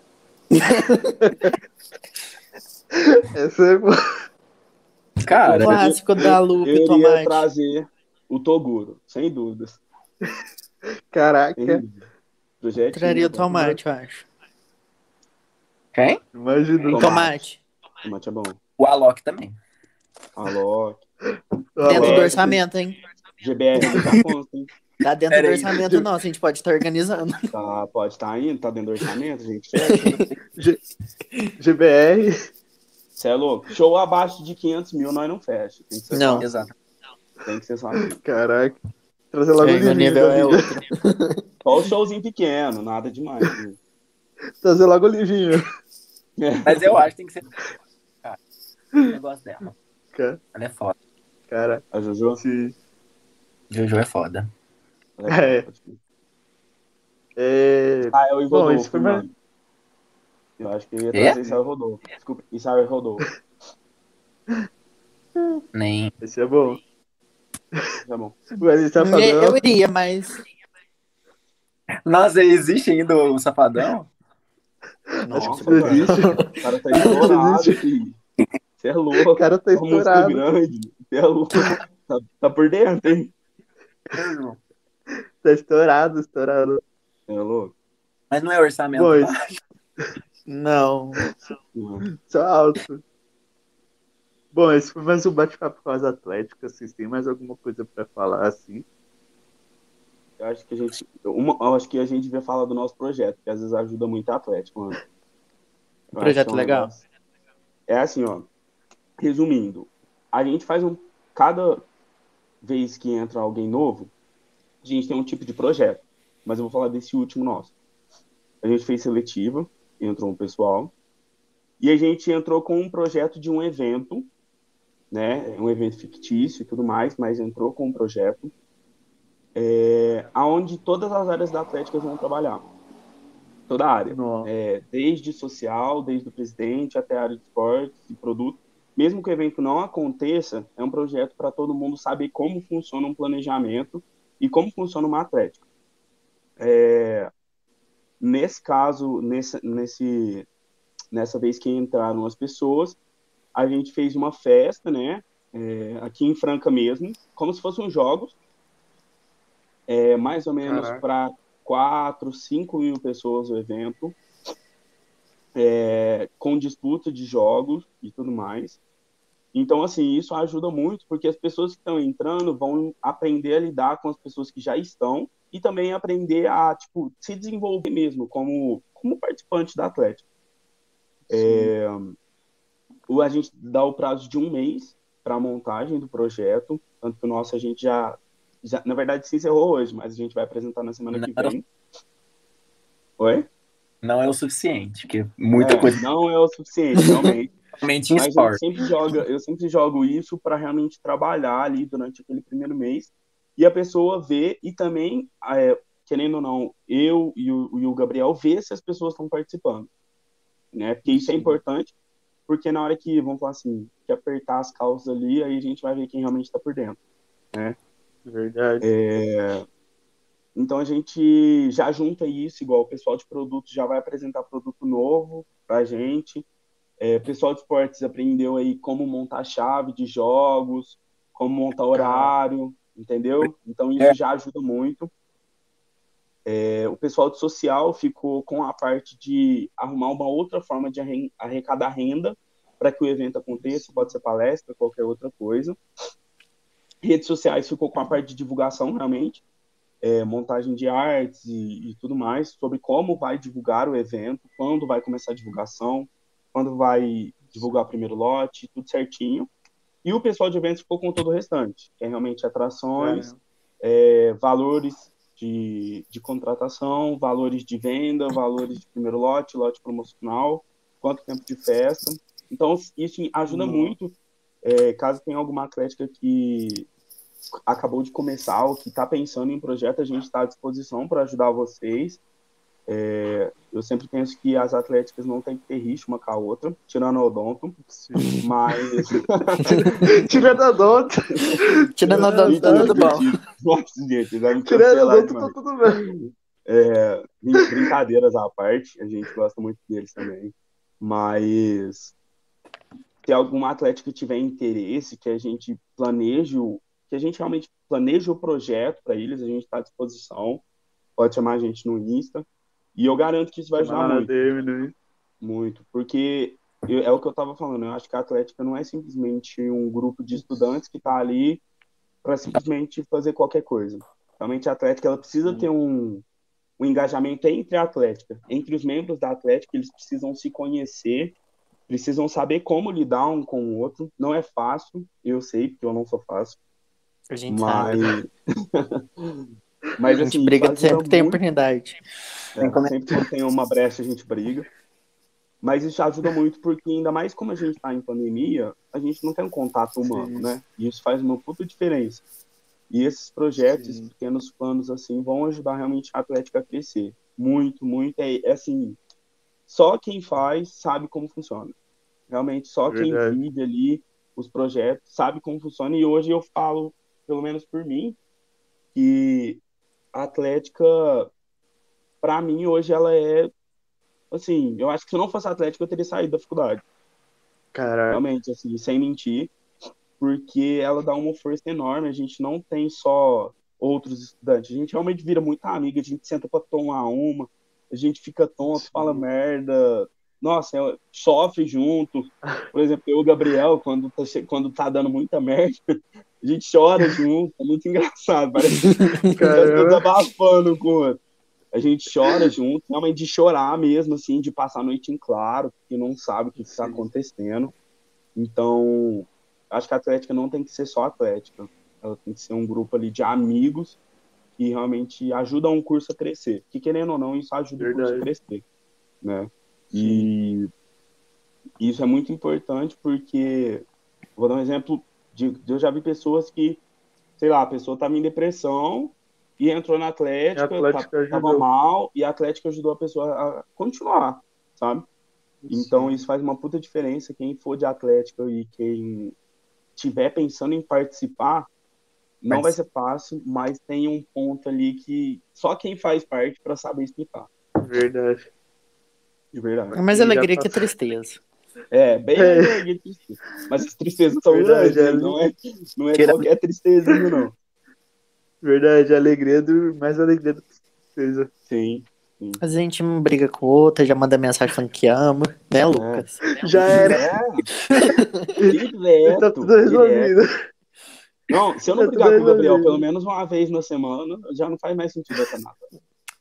Essa é boa. O Cara, clássico da Lupe Eu iria Tomate. trazer o Toguro, sem dúvidas. Sem Caraca. dúvida. Projetinho, Traria o tá? tomate, eu acho. quem? Imaginou. Tomate. Tomate. Tomate é bom. O Alok também. Alô, Dentro do Tomate. orçamento, hein? GBR tá conta, hein? Tá dentro Pera do aí. orçamento nosso, a gente pode estar organizando. Tá, pode estar indo, tá dentro do orçamento, gente. GBR. Você é louco? Show abaixo de 500 mil, nós não fecha. Tem que ser Não. Exato. só- tem que ser só. assim. Caraca. Trazer logo né? Aí o o Levi. nível é Levi. outro. Só o showzinho pequeno, nada demais. né? Trazer logo o Livinho. Mas eu acho que tem que ser. Cara, eu gosto dela. Cara, Ela é foda. cara A Jojo? sim. Jojo é foda. É. É, Ah, é o Bom, Rodolfo, esse foi mano. Eu acho que eu ia É? trazer Isaiah Rodolfo. Desculpa, Isaiah Rodolfo. Nem. Esse é bom. Tá bom. O Eli Eu Safadão. iria, mas. Nossa, existe ainda o Safadão? Nossa, Não mano, existe. o cara tá estourado, filho. Você é louco. O cara tá É um músico estourado. grande. Você é louco. Tá, tá por dentro, hein? Tá estourado, estourado. Você é louco. Mas não é orçamento. Bom, tá? isso Não. Mano, isso é alto. Bom, esse foi mais um bate-papo com as Atléticas. Vocês têm mais alguma coisa pra falar assim? Eu acho que a gente. Uma, eu acho que a gente devia falar do nosso projeto, que às vezes ajuda muito a Atlético, mano. Eu acho Projeto que é um legal. negócio- é assim, ó. Resumindo, a gente faz um. Cada vez que entra alguém novo, a gente tem um tipo de projeto. Mas eu vou falar desse último nosso. A gente fez seletiva, entrou um pessoal. E a gente entrou com um projeto de um evento, né? Um evento fictício e tudo mais, mas entrou com um projeto. É, onde todas as áreas da Atlética vão trabalhar. Toda a área Não. é, desde social, desde o presidente até a área de esportes e produto. Mesmo que o evento não aconteça, é um projeto para todo mundo saber como funciona um planejamento e como funciona uma atlética. É, nesse caso, nesse, nesse, nessa vez que entraram as pessoas, a gente fez uma festa, né? é, aqui em Franca mesmo, como se fossem jogos, é, mais ou menos Caraca. para 4, 5 mil pessoas o evento É, com disputa de jogos e tudo mais. Então, assim, isso ajuda muito, porque as pessoas que estão entrando vão aprender a lidar com as pessoas que já estão e também aprender a, tipo, se desenvolver mesmo como, como participante da Atlética. É, o- a gente dá o prazo de um mês para a montagem do projeto, tanto que o nosso a gente já, já, na verdade, se encerrou hoje, mas a gente vai apresentar na semana que Não. vem. Oi? Não é o suficiente, porque muita É, coisa. Não é o suficiente, realmente. Principalmente em Mas eu esporte. sempre, jogo, eu sempre jogo isso para realmente trabalhar ali durante aquele primeiro mês e a pessoa vê e também, é, querendo ou não, eu e o, e o Gabriel vê se as pessoas estão participando. Né? Porque isso é importante, porque na hora que, vamos falar assim, que apertar as calças ali, aí a gente vai ver quem realmente está por dentro. Verdade. É, Então a gente já junta isso, igual o pessoal de produto já vai apresentar produto novo pra gente. É, o pessoal de esportes aprendeu aí como montar chave de jogos, como montar horário, entendeu? Então isso já ajuda muito. É, o pessoal de social ficou com a parte de arrumar uma outra forma de arren- arrecadar renda para que o evento aconteça, pode ser palestra, qualquer outra coisa redes sociais ficou com a parte de divulgação realmente, é, montagem de artes e, e tudo mais, sobre como vai divulgar o evento, quando vai começar a divulgação, quando vai divulgar o primeiro lote, tudo certinho. E o pessoal de eventos ficou com todo o restante, que é realmente atrações, é, valores de, de contratação, valores de venda, valores de primeiro lote, lote promocional, quanto tempo de festa. Então, isso ajuda muito. é, caso tenha alguma atlética que acabou de começar ou que está pensando em um projeto, a gente está à disposição para ajudar vocês. É, eu sempre penso que as atléticas não têm que ter rixa uma com a outra, tirando o odonto, mas Tiranodonto. Tirando a Não, do, tá tudo bom. Nossa, gente, vocês vão me cancelar Tiranodonto, tá demais. tudo bem. É, brin- brincadeiras à parte, a gente gosta muito deles também. Mas se algum atleta que tiver interesse, que a gente planeje, o- que a gente realmente planeje o projeto para eles, a gente está à disposição. Pode chamar a gente no Insta. E eu garanto que isso vai ajudar Mano, muito. dele, né? Muito, porque eu- é o que eu estava falando, eu acho que a Atlética não é simplesmente um grupo de estudantes que está ali para simplesmente fazer qualquer coisa. Realmente a Atlética ela precisa ter um, um engajamento entre a Atlética, entre os membros da Atlética, eles precisam se conhecer, precisam saber como lidar um com o outro. Não é fácil, eu sei, porque eu não sou fácil, A gente sabe. mas. Mas A gente assim, isso briga ajuda sempre que tem muito. oportunidade. É, sempre quando tem uma brecha, a gente briga. Mas isso ajuda muito, porque ainda mais como a gente tá em pandemia, a gente não tem um contato humano, né? E isso faz uma puta diferença. E esses projetos, esses pequenos planos, assim, vão ajudar realmente a Atlética a crescer. Muito, muito. É, é assim, só quem faz sabe como funciona. Realmente, só Verdade. quem vive ali os projetos sabe como funciona. E hoje eu falo, pelo menos por mim, que a Atlética para mim hoje ela é assim, eu acho que se eu não fosse Atlético eu teria saído da faculdade, Caralho. realmente assim, sem mentir, porque ela dá uma força enorme, a gente não tem só outros estudantes, a gente realmente vira muita amiga, a gente senta para tomar uma, a gente fica tonto, fala merda, nossa, é- sofre junto. Por exemplo, eu e o Gabriel, quando tá, che- quando tá dando muita merda, a gente chora junto, é muito engraçado, parece Caramba. Tá abafando com o outro. A gente chora junto, realmente de chorar mesmo, assim, de passar a noite em claro, porque não sabe o que está acontecendo. Então, acho que a Atlética não tem que ser só Atlética. Ela tem que ser um grupo ali de amigos que realmente ajudam um curso a crescer. Que querendo ou não, isso ajuda o curso a Verdade. crescer. Né? E isso é muito importante porque, vou dar um exemplo, de, de- eu já vi pessoas que, sei lá, a pessoa estava em depressão e entrou na E Atlética, a Atlética tá- tava ajudou. mal, e a Atlética ajudou a pessoa a continuar, sabe? Então isso faz uma puta diferença. Quem for de Atlético e quem tiver pensando em participar, não Mas- vai ser fácil, mas tem um ponto ali que só quem faz parte para saber explicar, Verdade. É de verdade. Mas Já alegria que é passou. tristeza. É, bem É. alegre, tristeza. Mas que tristeza são Verdade, grandes, né? é. não é, não é Tira- qualquer tristeza, não. Verdade. Alegria do. Mais alegria do que precisa. Sim. Às vezes a gente não briga com outra, já manda mensagem falando que ama, né, Lucas? Já era. É. Direto, tá tudo resolvido. Não, se eu Tá não tudo brigar com o Gabriel resolvido. pelo menos uma vez na semana, já não faz mais sentido né? essa nada.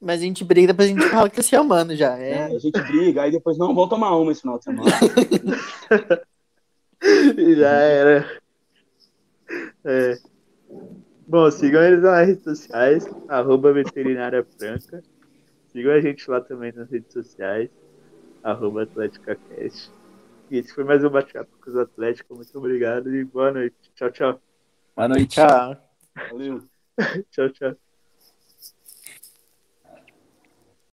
Mas a gente briga, depois a gente fala que se amando já. É, É, a gente briga, aí depois, não, vamos tomar uma esse final de semana. Já era. É. Bom, sigam eles nas redes sociais, arroba veterinária franca. Sigam a gente lá também nas redes sociais, arroba AtléticaCast. Esse foi mais um bate-papo com os Atléticos. Muito obrigado e boa noite. Tchau, tchau. Boa noite. Tchau. Valeu. Tchau, tchau.